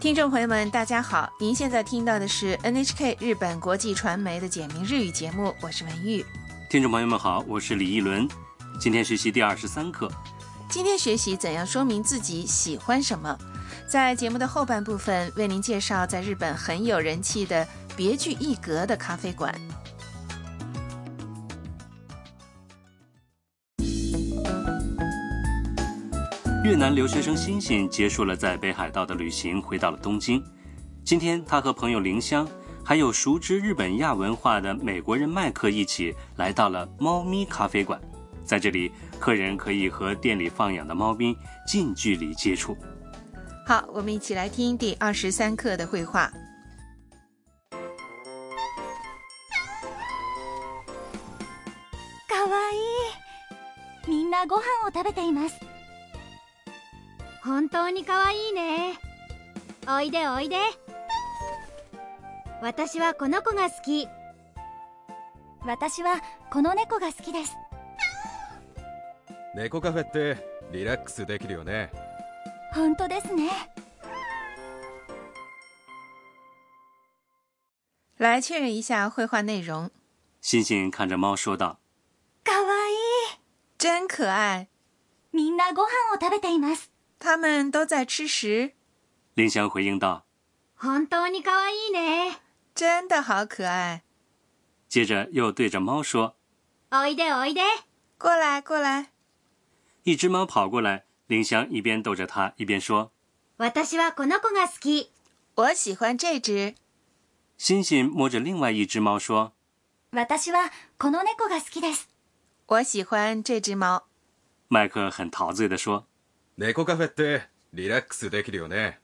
听众朋友们，大家好！您现在听到的是 NHK 日本国际传媒的简明日语节目，我是文玉。听众朋友们好，我是李一伦，今天学习第二十三课。今天学习怎样说明自己喜欢什么，在节目的后半部分为您介绍在日本很有人气的别具一格的咖啡馆。越南留学生星星结束了在北海道的旅行，回到了东京。今天，他和朋友林香，还有熟知日本亚文化的美国人麦克一起来到了猫咪咖啡馆。在这里，客人可以和店里放养的猫咪近距离接触。好，我们一起来听第二十三课的绘画。かわいいみんなご飯を食べています本当にかわいいねおいでおいで私はこの子が好き私はこの猫が好きです猫カフェってリラックスできるよね本当ですね来确认一下绘画内容，星星看着猫说道かわいい真可爱！みんなご飯を食べています他们都在吃食，：“林香回应道。本当にかわいいね真的好可爱！”接着又对着猫说おいでおいで过来，过来。：“一只猫跑过来。”林香一边逗着它，一边说私はこの子が好き我喜欢这只，：“星星摸着另外一只猫说。私はこの猫が好きです我喜欢这只猫。”麦克很陶醉地说猫カフェってリラックスできるよね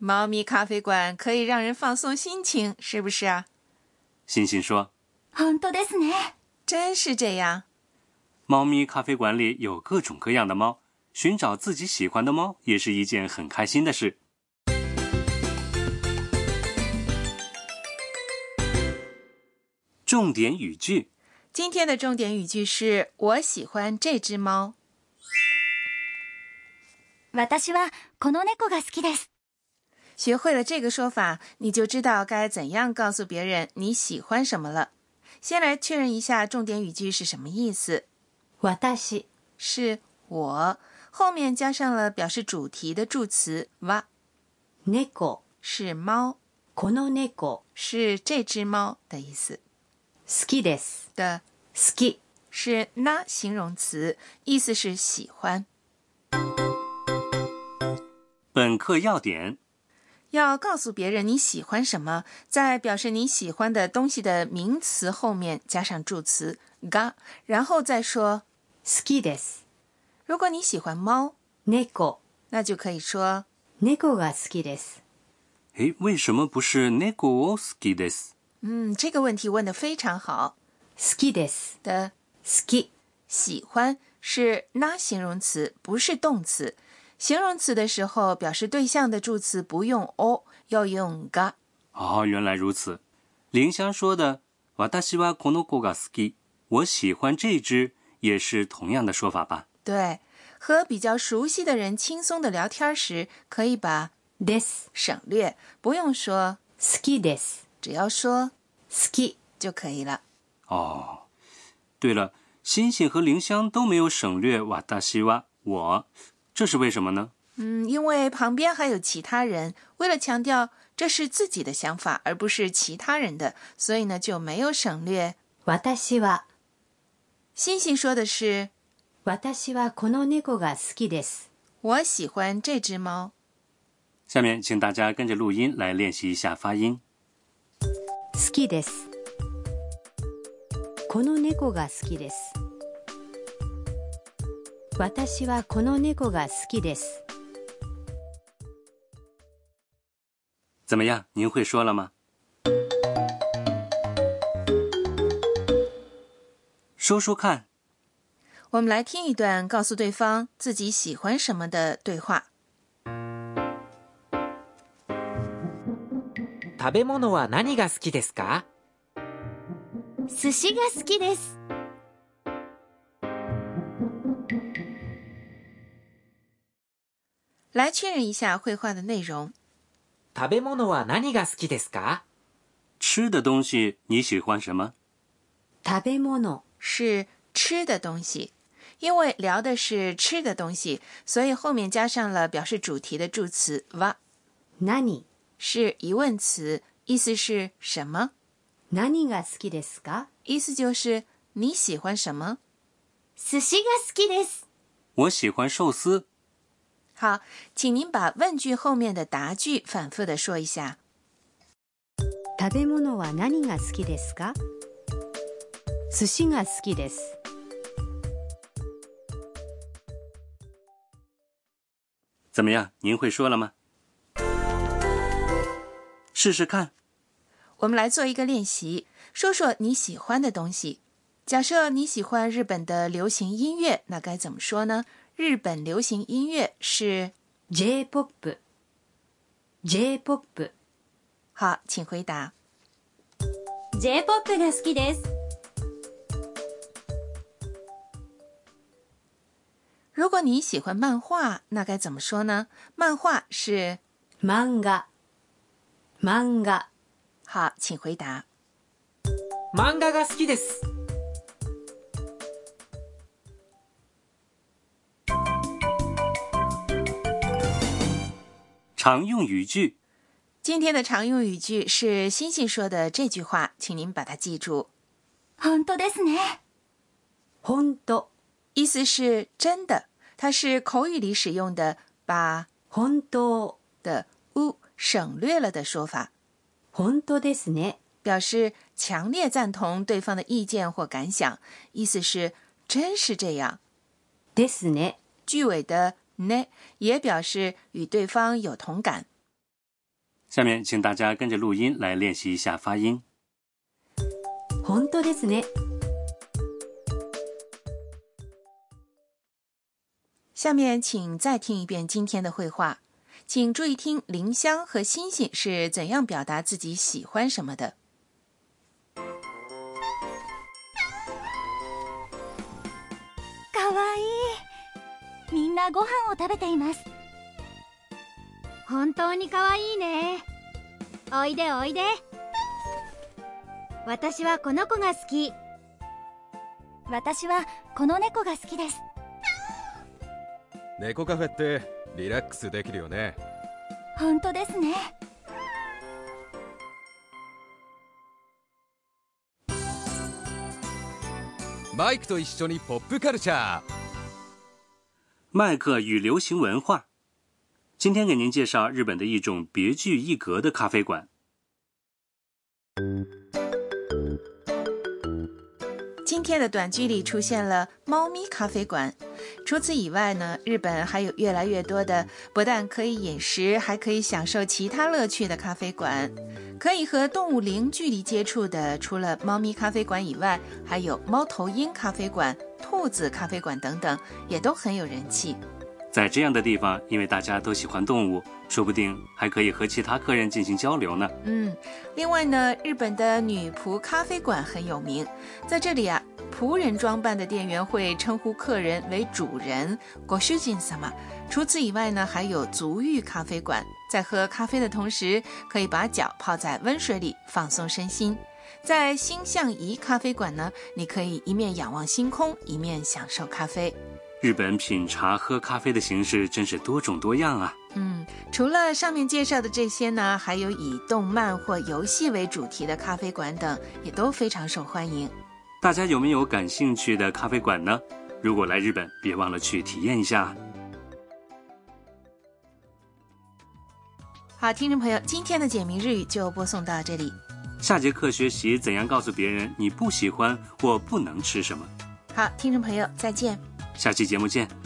猫咪咖啡馆可以让人放松心情，是不是啊？：“星星说，本当ですね真是这样。猫咪咖啡馆里有各种各样的猫，寻找自己喜欢的猫也是一件很开心的事。重点语句：今天的重点语句是我喜欢这只猫。私はこの猫が好きです学会了这个说法，你就知道该怎样告诉别人你喜欢什么了。先来确认一下重点语句是什么意思，私是我后面加上了表示主题的助词哇，猫是猫，この猫是这只猫的意思好きです的好き是那形容词，意思是喜欢。本课要点：要告诉别人你喜欢什么，在表示你喜欢的东西的名词后面加上助词 ga，然后再说。好きです如果你喜欢猫，猫那就可以说猫が好きです诶，为什么不是 n e g o o s k i d e s 嗯，这个问题问得非常好好きです的好き喜欢是那形容词，不是动词。形容词的时候，表示对象的助词不用 o，要用 ga。哦，原来如此。林香说的“私はこの子が好き”，我喜欢这只，也是同样的说法吧？对，和比较熟悉的人轻松的聊天时，可以把です省略，不用说，好きです只要说好き就可以了。哦，对了，星星和林香都没有省略瓦达西哇我，这是为什么呢？嗯，因为旁边还有其他人，为了强调这是自己的想法，而不是其他人的，所以呢就没有省略。私は星星说的是私はこの猫が好きです我喜欢这只猫。下面请大家跟着录音来练习一下发音。好きですこの猫が好きです私はこの猫が好きです怎么样？您会说了吗？说说看，我们来听一段告诉对方自己喜欢什么的对话。食べ物は何が好きですか寿司が好きです来确认一下绘画的内容。食べ物は何が好きですか吃的东西你喜欢什么？食べ物、是吃的东西。因为聊的是吃的东西，所以后面加上了表示主题的助词哇，何、是疑问词，意思是什么？何が好きですか意思就是你喜欢什么？寿司が好きです我喜欢寿司。好，请您把问句后面的答句反复的说一下。食べ物は何が好きですか寿司が好きです。怎么样？您会说了吗？试试看。我们来做一个练习，说说你喜欢的东西。假设你喜欢日本的流行音乐，那该怎么说呢？日本流行音乐是 J-POP、J-POP、好，请回答。 J-POP が好きです如果你喜欢漫画，那该怎么说呢？漫画是漫画、漫画、好，请回答。漫画が好きです。常用语句，今天的常用语句是星星说的这句话，请您把它记住，本当ですね本当、意思是真的。它是口语里使用的把本当、的呜省略了的说法，本当ですね。表示强烈赞同对方的意见或感想，意思是真是这样。ですね。句尾的呢也表示与对方有同感。下面请大家跟着录音来练习一下发音。本当ですね。下面请再听一遍今天的绘画，请注意听林香和星星是怎样表达自己喜欢什么的。かわいいみんなご飯を食べています本当にかわいいねおいでおいで私はこの子が好き私はこの猫が好きです猫カフェってリラックスできるよね本当ですねマイクと一緒にポップカルチャー麦克与流行文化。今天给您介绍日本的一种别具一格的咖啡馆。今天的短剧里出现了猫咪咖啡馆。除此以外呢，日本还有越来越多的不但可以饮食，还可以享受其他乐趣的咖啡馆。可以和动物零距离接触的，除了猫咪咖啡馆以外，还有猫头鹰咖啡馆、兔子咖啡馆等等，也都很有人气。在这样的地方，因为大家都喜欢动物，说不定还可以和其他客人进行交流呢。嗯，另外呢，日本的女仆咖啡馆很有名，在这里啊，仆人装扮的店员会称呼客人为主人“ご主人様”。除此以外呢，还有足浴咖啡馆，在喝咖啡的同时，可以把脚泡在温水里放松身心。在星象仪咖啡馆呢，你可以一面仰望星空，一面享受咖啡。日本品茶喝咖啡的形式真是多种多样啊！嗯，除了上面介绍的这些呢，还有以动漫或游戏为主题的咖啡馆等，也都非常受欢迎。大家有没有感兴趣的咖啡馆呢？如果来日本，别忘了去体验一下啊。好，听众朋友，今天的简明日语就播送到这里。下节课学习怎样告诉别人你不喜欢或不能吃什么。好，听众朋友，再见。下期节目见。